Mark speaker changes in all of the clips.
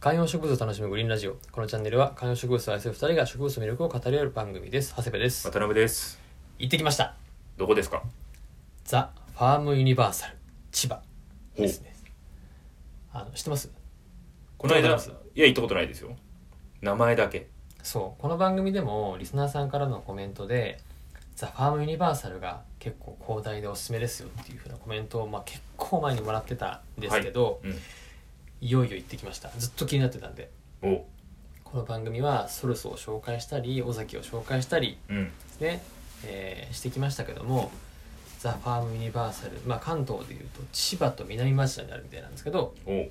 Speaker 1: 観葉植物を楽しむグリーンラジオこのチャンネルは観葉植物を愛する2人が植物の魅力を語り合う番組です長谷部です
Speaker 2: 渡辺です
Speaker 1: 行ってきました
Speaker 2: どこですか
Speaker 1: ザ・ファーム・ユニバーサル千葉ですねあの知ってます
Speaker 2: この間い
Speaker 1: 行ったことあ
Speaker 2: や行ったことないですよ名前だけ
Speaker 1: そうこの番組でもリスナーさんからのコメントで「ザ・ファーム・ユニバーサルが結構広大でおすすめですよ」っていうふうなコメントを、まあ、結構前にもらってたんですけど、
Speaker 2: はい
Speaker 1: いよいよ行ってきましたずっと気になってたんで
Speaker 2: お
Speaker 1: この番組はソルスを紹介したり尾崎を紹介したり
Speaker 2: うん
Speaker 1: ね、えーしてきましたけどもザ・ファーム・ユニバーサル、まあ、関東でいうと千葉と南町田にあるみたいなんですけど
Speaker 2: お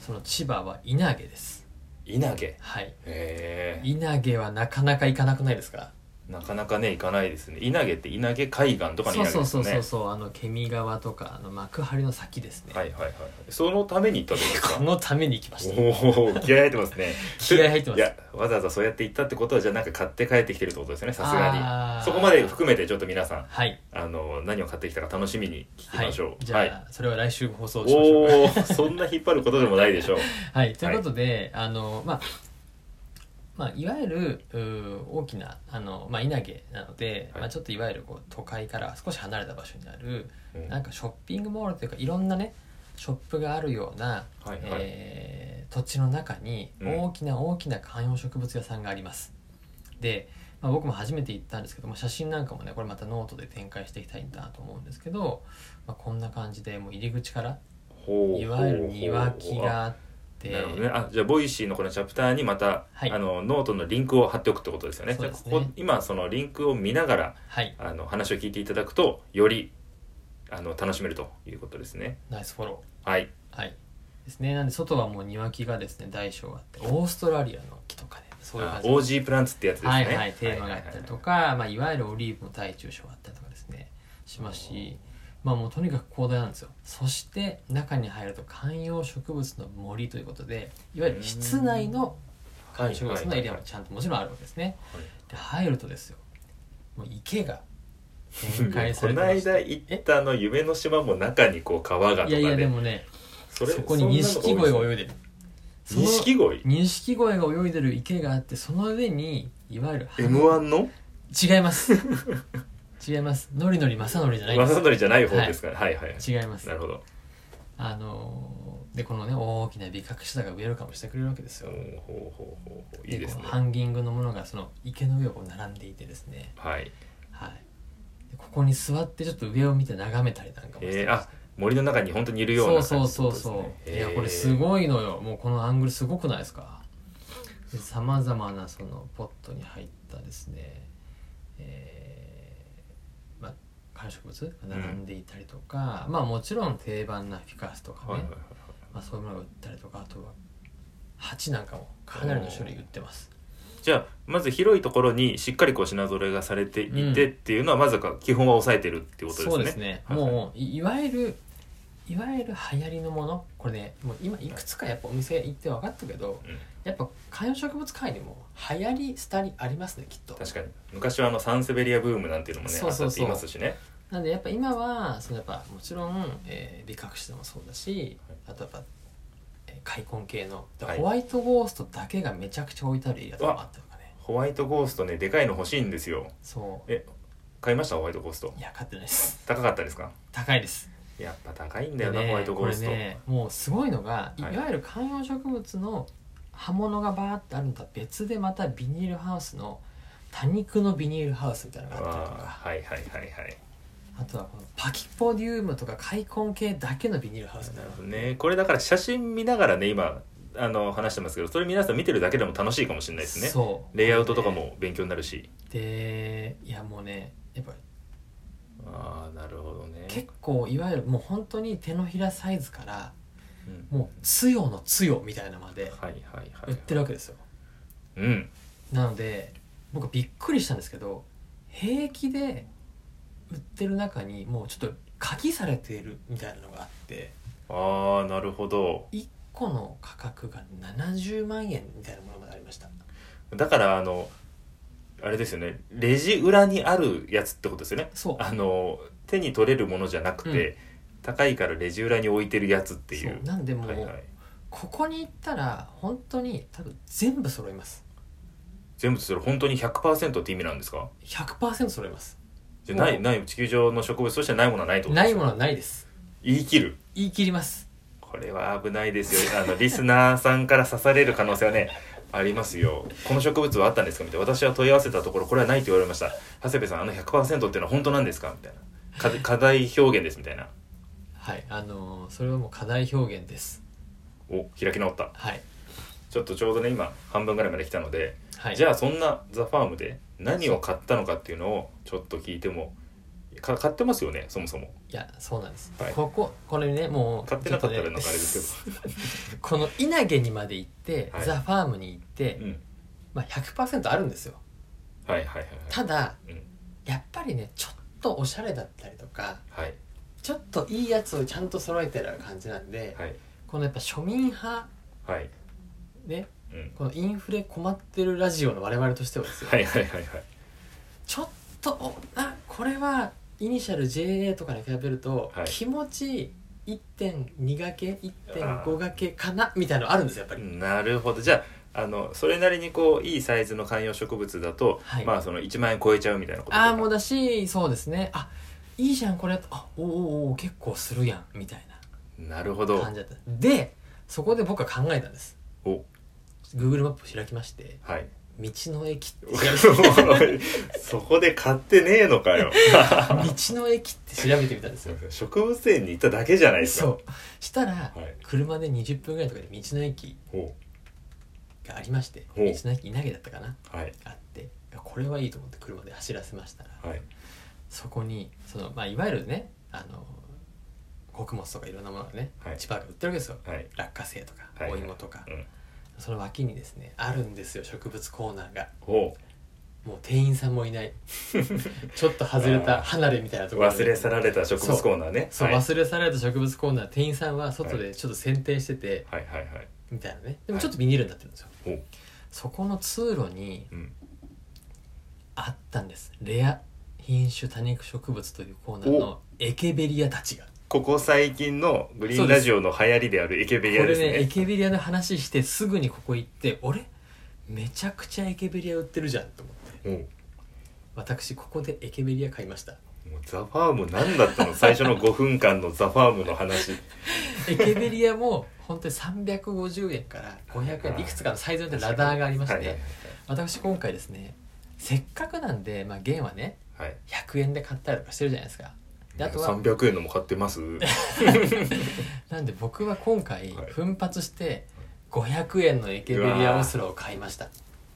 Speaker 1: その千葉は稲毛です
Speaker 2: 稲毛へ
Speaker 1: はい
Speaker 2: え
Speaker 1: 稲毛はなかなか行かなくないですか
Speaker 2: なかなかね行かないですね稲毛って稲毛海岸とかの
Speaker 1: そう
Speaker 2: 稲毛です
Speaker 1: そ
Speaker 2: よ
Speaker 1: う
Speaker 2: ね
Speaker 1: そうそうそうあのケミ川とかあの幕張の先ですね、
Speaker 2: はいはいはいそのために行ったん ですか
Speaker 1: このために行きました
Speaker 2: おお気合入ってますね
Speaker 1: 気合入ってます
Speaker 2: いやわざわざそうやって行ったってことはじゃあなんか買って帰ってきてるってことですよねさすが
Speaker 1: あー
Speaker 2: にそこまで含めてちょっと皆さん
Speaker 1: はい
Speaker 2: あの何を買ってきたか楽しみに聞き
Speaker 1: は
Speaker 2: ま
Speaker 1: い
Speaker 2: しょう、
Speaker 1: じゃあ、それは来週放送しましょう
Speaker 2: おおーそんな引っ張ることでもない でしょう
Speaker 1: はいということで、い、あのまあまあ、いわゆるうー大きなあの、まあ、稲毛なので、
Speaker 2: はい
Speaker 1: まあ、ちょっといわゆるこう都会から少し離れた場所にある
Speaker 2: うん
Speaker 1: なんかショッピングモールというかいろんなねショップがあるような、
Speaker 2: はいはい
Speaker 1: えー土地の中に
Speaker 2: うん
Speaker 1: 大きな大きな観葉植物屋さんがあります、で、まあ、僕も初めて行ったんですけども写真なんかもねこれまたノートで展開していきたいんだと思うんですけど、まあ、こんな感じでもう入り口から
Speaker 2: ほう
Speaker 1: いわゆる庭木があっ
Speaker 2: ほう
Speaker 1: て
Speaker 2: ほうほうなるほどねあじゃあボイシーのこのチャプターにまた、
Speaker 1: はい
Speaker 2: あのノートのリンクを貼っておくってことですよね
Speaker 1: そうですね
Speaker 2: じゃあここ今そのリンクを見ながら
Speaker 1: はい
Speaker 2: あの話を聞いていただくとよりあの楽しめるということですね
Speaker 1: ナイスフォロ
Speaker 2: はい
Speaker 1: ーはいですねなんで外はもう庭木がですね大小あってオーストラリアの木とかねそういう
Speaker 2: あ
Speaker 1: 感じ
Speaker 2: OG プランツってやつですね
Speaker 1: はいはい、テーマがあったりと
Speaker 2: は
Speaker 1: か、まあ、いわゆるオリーブの大中小があったりとかですねしますし、まあ、もうとにかく広大なんですよそして中に入ると観葉植物の森ということでいわゆる室内の観葉植物のエリアもちゃんともちろんあるわけですね
Speaker 2: はい
Speaker 1: で入るとですよもう池が
Speaker 2: い
Speaker 1: 展
Speaker 2: はいは
Speaker 1: 開
Speaker 2: い
Speaker 1: さ
Speaker 2: こ
Speaker 1: れて
Speaker 2: の
Speaker 1: まし
Speaker 2: 間
Speaker 1: て
Speaker 2: 行ったあの夢の島も中にこう川がとか
Speaker 1: い
Speaker 2: で
Speaker 1: やいやでもね
Speaker 2: そ
Speaker 1: そ
Speaker 2: れ
Speaker 1: こに錦鯉が
Speaker 2: い
Speaker 1: 泳いでるその
Speaker 2: 錦鯉
Speaker 1: 錦鯉が泳いでる池があってその上にいわゆる
Speaker 2: M1 の
Speaker 1: 違います違いますノリノリ正則じゃないで
Speaker 2: 正則じゃない方ですから、はい、はいはい
Speaker 1: す違います
Speaker 2: なるほど
Speaker 1: あのーでこのね大きな美隠しだがウェルカムしてくれるわけです
Speaker 2: ほ
Speaker 1: よ
Speaker 2: うほうほうほうほういいです
Speaker 1: こ
Speaker 2: ね
Speaker 1: のハンギングのものがその池の上をこう並んでいてですね
Speaker 2: はい
Speaker 1: はいでここに座ってちょっと上を見て眺めたりなんかもして
Speaker 2: えー、
Speaker 1: まし
Speaker 2: あ
Speaker 1: た
Speaker 2: 森の中に本当にいるよう
Speaker 1: そう
Speaker 2: な
Speaker 1: そう
Speaker 2: 感じって
Speaker 1: そ
Speaker 2: こ
Speaker 1: う
Speaker 2: とですね
Speaker 1: そう、
Speaker 2: え
Speaker 1: い
Speaker 2: ー
Speaker 1: やこれすごいのよもうこのアングルすごくないですかさまざまなそのポットに入ったですねえーまあ観葉植物が並んでいたりとか、まあもちろん定番なフィカスとかね、
Speaker 2: はいはいはい
Speaker 1: まあ、そういうものが売ったりとかあとは鉢なんかもかなりの種類売ってます
Speaker 2: じゃあまず広いところにしっかりこう品揃えがされていて
Speaker 1: うん
Speaker 2: っていうのはまずか基本は抑えてるっていうことですね
Speaker 1: そうですね、
Speaker 2: はい
Speaker 1: もういいわゆるいわゆる流行りのものこれねもう今いくつかやっぱお店行って分かったけど、
Speaker 2: うん
Speaker 1: やっぱ観葉植物界にも流行り廃りありますねきっと
Speaker 2: 確かに昔はあのサンセベリアブームなんていうのもね
Speaker 1: そうそうそう
Speaker 2: あったって言いますしね
Speaker 1: なんでやっぱ今はそのやっぱもちろん、えー美隠しでもそうだし
Speaker 2: はい
Speaker 1: あとやっぱ、えー開墾系の
Speaker 2: はい
Speaker 1: ホワイトゴーストだけがめちゃくちゃ置いてあるエリアとかもあったとかね
Speaker 2: ホワイトゴーストねでかいの欲しいんですよ
Speaker 1: そう
Speaker 2: え買いましたホワイトゴースト
Speaker 1: いや買ってないです
Speaker 2: 高かったですか
Speaker 1: 高いです
Speaker 2: やっぱ高いんだ
Speaker 1: で
Speaker 2: よな、
Speaker 1: ね
Speaker 2: ホワイトゴースト、
Speaker 1: これねもうすごいのが、い、
Speaker 2: はい
Speaker 1: わゆる観葉植物の葉物がバーってあるのとは別でまたビニールハウスの多肉のビニールハウスみたいなのがあったりと
Speaker 2: あ
Speaker 1: か
Speaker 2: ーはいはいはいはい
Speaker 1: あとはこのパキポディウムとか開墾系だけのビニールハウスみた
Speaker 2: な
Speaker 1: な
Speaker 2: いる
Speaker 1: の
Speaker 2: ほ
Speaker 1: が
Speaker 2: どねこれだから写真見ながらね今あの話してますけどそれ皆さん見てるだけでも楽しいかもしれないですね
Speaker 1: そう
Speaker 2: レイアウトとかも勉強になるし
Speaker 1: でいやもうねやっぱ
Speaker 2: ああなるほどね
Speaker 1: 結構いわゆるもう本当に手のひらサイズから
Speaker 2: うん
Speaker 1: もうつよのつよみたいなまで
Speaker 2: はいはいはい
Speaker 1: 売ってるわけですよ
Speaker 2: うん
Speaker 1: なので僕びっくりしたんですけど平気で売ってる中にもうちょっと鍵されているみたいなのがあって
Speaker 2: ああなるほど
Speaker 1: 1個の価格が70万円みたいなものまでありました
Speaker 2: だからあのあれですよねレジ裏にあるやつってことですよね
Speaker 1: そう
Speaker 2: あの手に取れるものじゃなくて、高いからレジ裏に置いてるやつってい
Speaker 1: そううなんでもう、
Speaker 2: はいはい
Speaker 1: ここに行ったら本当に多分全部揃います
Speaker 2: 全部それ本当に100%って意味なんですか
Speaker 1: 100%揃います
Speaker 2: じゃあな
Speaker 1: も
Speaker 2: いうない地球上の植物としてはないものはないってこと
Speaker 1: な
Speaker 2: で
Speaker 1: い
Speaker 2: すか
Speaker 1: ものはないです
Speaker 2: 言い切る
Speaker 1: 言い切ります
Speaker 2: これは危ないですよあのリスナーさんから刺される可能性はねありますよこの植物はあったんですかみたいな私は問い合わせたところこれはないと言われました長谷部さんあの100%っていうのは本当なんですかみたいな課課題表現ですみたいな
Speaker 1: はいあのーそれはもう課題表現です
Speaker 2: お開き直った
Speaker 1: はい
Speaker 2: ちょっとちょうどね今半分ぐらいまで来たので、
Speaker 1: はい
Speaker 2: じゃあそんなザ・ファームで何を買ったのかっていうのをちょっと聞いてもか買ってますよねそもそも
Speaker 1: いやそうなんです、
Speaker 2: はい
Speaker 1: こここれねもう
Speaker 2: 買ってなかったらなんかあれで
Speaker 1: ちょっ
Speaker 2: す
Speaker 1: とね この稲毛にまで行って、
Speaker 2: はい
Speaker 1: ザ・ファームに行って
Speaker 2: け、ど、うん、
Speaker 1: まあ、100%あるんですよ
Speaker 2: はいはいはいはい
Speaker 1: ただ
Speaker 2: うん
Speaker 1: やっぱりねちょっとおしゃれだったりとか
Speaker 2: はい
Speaker 1: ちょっといいやつをちゃんと揃えてる感じなんで、
Speaker 2: はい
Speaker 1: このやっぱ庶民派
Speaker 2: はい
Speaker 1: ね
Speaker 2: うん
Speaker 1: このインフレ困ってるラジオの我々としてはですよ、
Speaker 2: はいはいはいはい
Speaker 1: ちょっとおあこれはイニシャル JA とかに比べると、
Speaker 2: はい
Speaker 1: 気持ち1.2掛け1.5掛けかなみたいなのあるんですよやっぱり、
Speaker 2: なるほどじゃああのそれなりにこういいサイズの観葉植物だと、
Speaker 1: はい
Speaker 2: まあその1万円超えちゃうみたいなこととか
Speaker 1: ああもうだしそうですねあいいじゃんこれあおーおーおー結構するやんみたい
Speaker 2: なるほ
Speaker 1: な
Speaker 2: ど
Speaker 1: 感じだったでそこで僕は考えたんです
Speaker 2: お
Speaker 1: Google マップを開きまして
Speaker 2: はい
Speaker 1: 「道の駅」って調べ
Speaker 2: そこで買ってねえのかよ
Speaker 1: て道の駅って調べてみたんですよ
Speaker 2: 植物園に行っただけじゃないですか
Speaker 1: そうしたら、
Speaker 2: はい
Speaker 1: 車で20分ぐらいとかで道の駅
Speaker 2: お
Speaker 1: がありまして道
Speaker 2: ほう
Speaker 1: の駅稲毛だったかな
Speaker 2: はい
Speaker 1: あってこれはいいと思って車で走らせましたら
Speaker 2: はい
Speaker 1: そこにその、まあ、いわゆるねあの穀物とかいろんなものがね、
Speaker 2: はい
Speaker 1: 千葉が売ってるわけですよ
Speaker 2: はい
Speaker 1: 落花生とか
Speaker 2: はい
Speaker 1: お芋とか、
Speaker 2: うん
Speaker 1: その脇にですねあるんですよ植物コーナーが
Speaker 2: お
Speaker 1: もう店員さんもいない ちょっと外れ
Speaker 2: あー
Speaker 1: た離れみたいなところで
Speaker 2: 忘れ去られた植物コーナーね
Speaker 1: そう、
Speaker 2: はい、
Speaker 1: 忘れ去られた植物コーナー店員さんは外でちょっと剪定してて、
Speaker 2: はいはいはい
Speaker 1: みたいなねでもちょっとビニールになってるんですよ、
Speaker 2: お
Speaker 1: そこの通路に
Speaker 2: うん
Speaker 1: あったんですレア品種多肉植物というコーナーのエケベリアたちがこ
Speaker 2: ここ最近のグリーンラジオの流行りであるエケベリアで
Speaker 1: れ
Speaker 2: す
Speaker 1: ねエ
Speaker 2: ね
Speaker 1: ケベリアの話してすぐにここ行って俺めちゃくちゃエケベリア売ってるじゃんと思って
Speaker 2: お
Speaker 1: 私ここでエケベリア買いました
Speaker 2: もうザ・ファーム何だったの最初の5分間のザ・ファームの話
Speaker 1: エケベリアも本当に350円から500円でいくつかのサイズによってラダーがありまして、
Speaker 2: はいはい
Speaker 1: 私今回ですねせっかくなんで、まあ、弦はね
Speaker 2: はい、はい
Speaker 1: 100円で買ったりとかしてるじゃないですかであとは
Speaker 2: 300円のも買ってます
Speaker 1: なんで僕は今回
Speaker 2: はい
Speaker 1: 奮発して500円のエケベリアオスロを買いました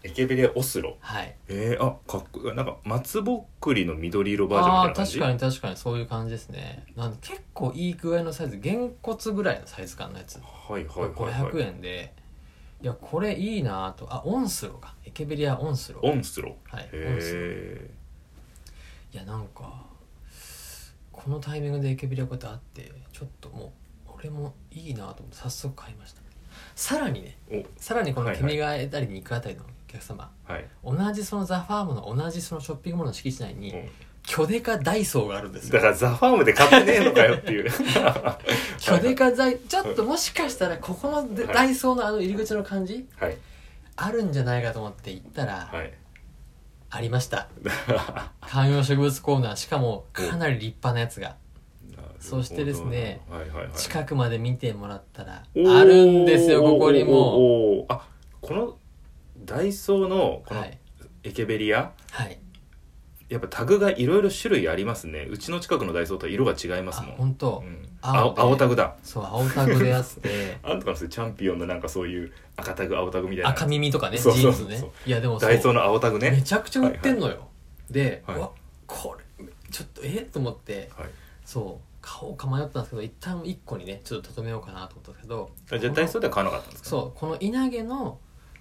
Speaker 2: エケベリアオスロ
Speaker 1: はい
Speaker 2: えー、あかっこなんか松ぼっくりの緑色バージョンみ
Speaker 1: あ
Speaker 2: たい
Speaker 1: あ
Speaker 2: な
Speaker 1: ー
Speaker 2: 感
Speaker 1: 確
Speaker 2: じ
Speaker 1: かに確かにそういう感じですねなんで結構いい具合のサイズげんこつぐらいのサイズ感のやつ
Speaker 2: はいはいはい、はい、
Speaker 1: 500円でいやこれいいなとあオンスロかエケベリアオンスロ
Speaker 2: オンスロ
Speaker 1: はいオンスロ
Speaker 2: へ
Speaker 1: いやなんかこのタイミングでエケベリアこうやってあってちょっともう俺もいいなと思って早速買いましたさらにね
Speaker 2: え
Speaker 1: さらにこの
Speaker 2: はいはい
Speaker 1: 君がえたりに行くあたりのお客様、
Speaker 2: おはい
Speaker 1: 同じそのザ・ファームの同じそのショッピングモールの敷地内に
Speaker 2: うん
Speaker 1: 巨デカダイソーがあるんです
Speaker 2: だ
Speaker 1: よ
Speaker 2: からザ・ファームで買ってねえのかよっていう は
Speaker 1: 巨デカダイちょっともしかしたらここので
Speaker 2: はい
Speaker 1: ダイソーのあの入り口の感じ
Speaker 2: い
Speaker 1: あるんじゃないかと思って行ったら
Speaker 2: はい
Speaker 1: ありました観葉植物コーナーしかもかなり立派なやつがそしてですね、
Speaker 2: なるほどはいはいはい、
Speaker 1: 近くまで見てもらったら
Speaker 2: おー
Speaker 1: あるんですよここにも
Speaker 2: おーおーおーあこのダイソーのこの
Speaker 1: はい
Speaker 2: エケベリア、
Speaker 1: はい
Speaker 2: やっぱタグがいろいろ種類ありますねうちの近くのダイソーとは色が違い
Speaker 1: あ
Speaker 2: ますもん
Speaker 1: 本当
Speaker 2: うん
Speaker 1: 青
Speaker 2: 青
Speaker 1: で
Speaker 2: 青タグだ
Speaker 1: そう青タグでやってて
Speaker 2: あんとかのそういうチャンピオンのなんかそういう赤タグ青タグみ たいな
Speaker 1: 赤耳とかねジ
Speaker 2: そうそ
Speaker 1: ー
Speaker 2: う
Speaker 1: ン
Speaker 2: そ
Speaker 1: ズ
Speaker 2: う
Speaker 1: ねいやでもそう
Speaker 2: ダイソーの青タグ
Speaker 1: め
Speaker 2: ね
Speaker 1: ちゃくちゃ売ってんのよ、で、
Speaker 2: はいう
Speaker 1: わこれちょっとえっと思って
Speaker 2: はい
Speaker 1: そう買おうか迷ったんですけど一旦一個にねちょっととどめようかなと思ったんですけど
Speaker 2: あじゃあ
Speaker 1: この
Speaker 2: ダイソーでは買わなかったんですか
Speaker 1: そうこの稲毛の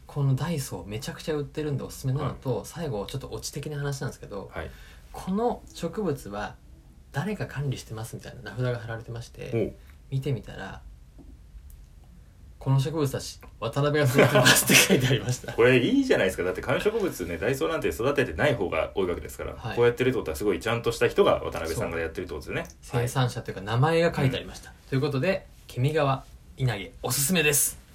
Speaker 1: このダイソーめちゃくちゃ売ってるんでおすすめなのと、最後ちょっとオチ的な話なんですけど
Speaker 2: はい
Speaker 1: この植物は誰が管理してますみたいな名札が貼られてまして
Speaker 2: お
Speaker 1: 見てみたら「この植物たち渡辺が育てます」って書いてありました
Speaker 2: これいいじゃないですかだって観葉植物ねダイソーなんて育ててない方が多いわけですから、
Speaker 1: はい
Speaker 2: こうやってるってことはすごいちゃんとした人が渡辺さんがやってるってことですよね
Speaker 1: 生産者というか名前が書いてありました、ということで「君川稲毛おすすめです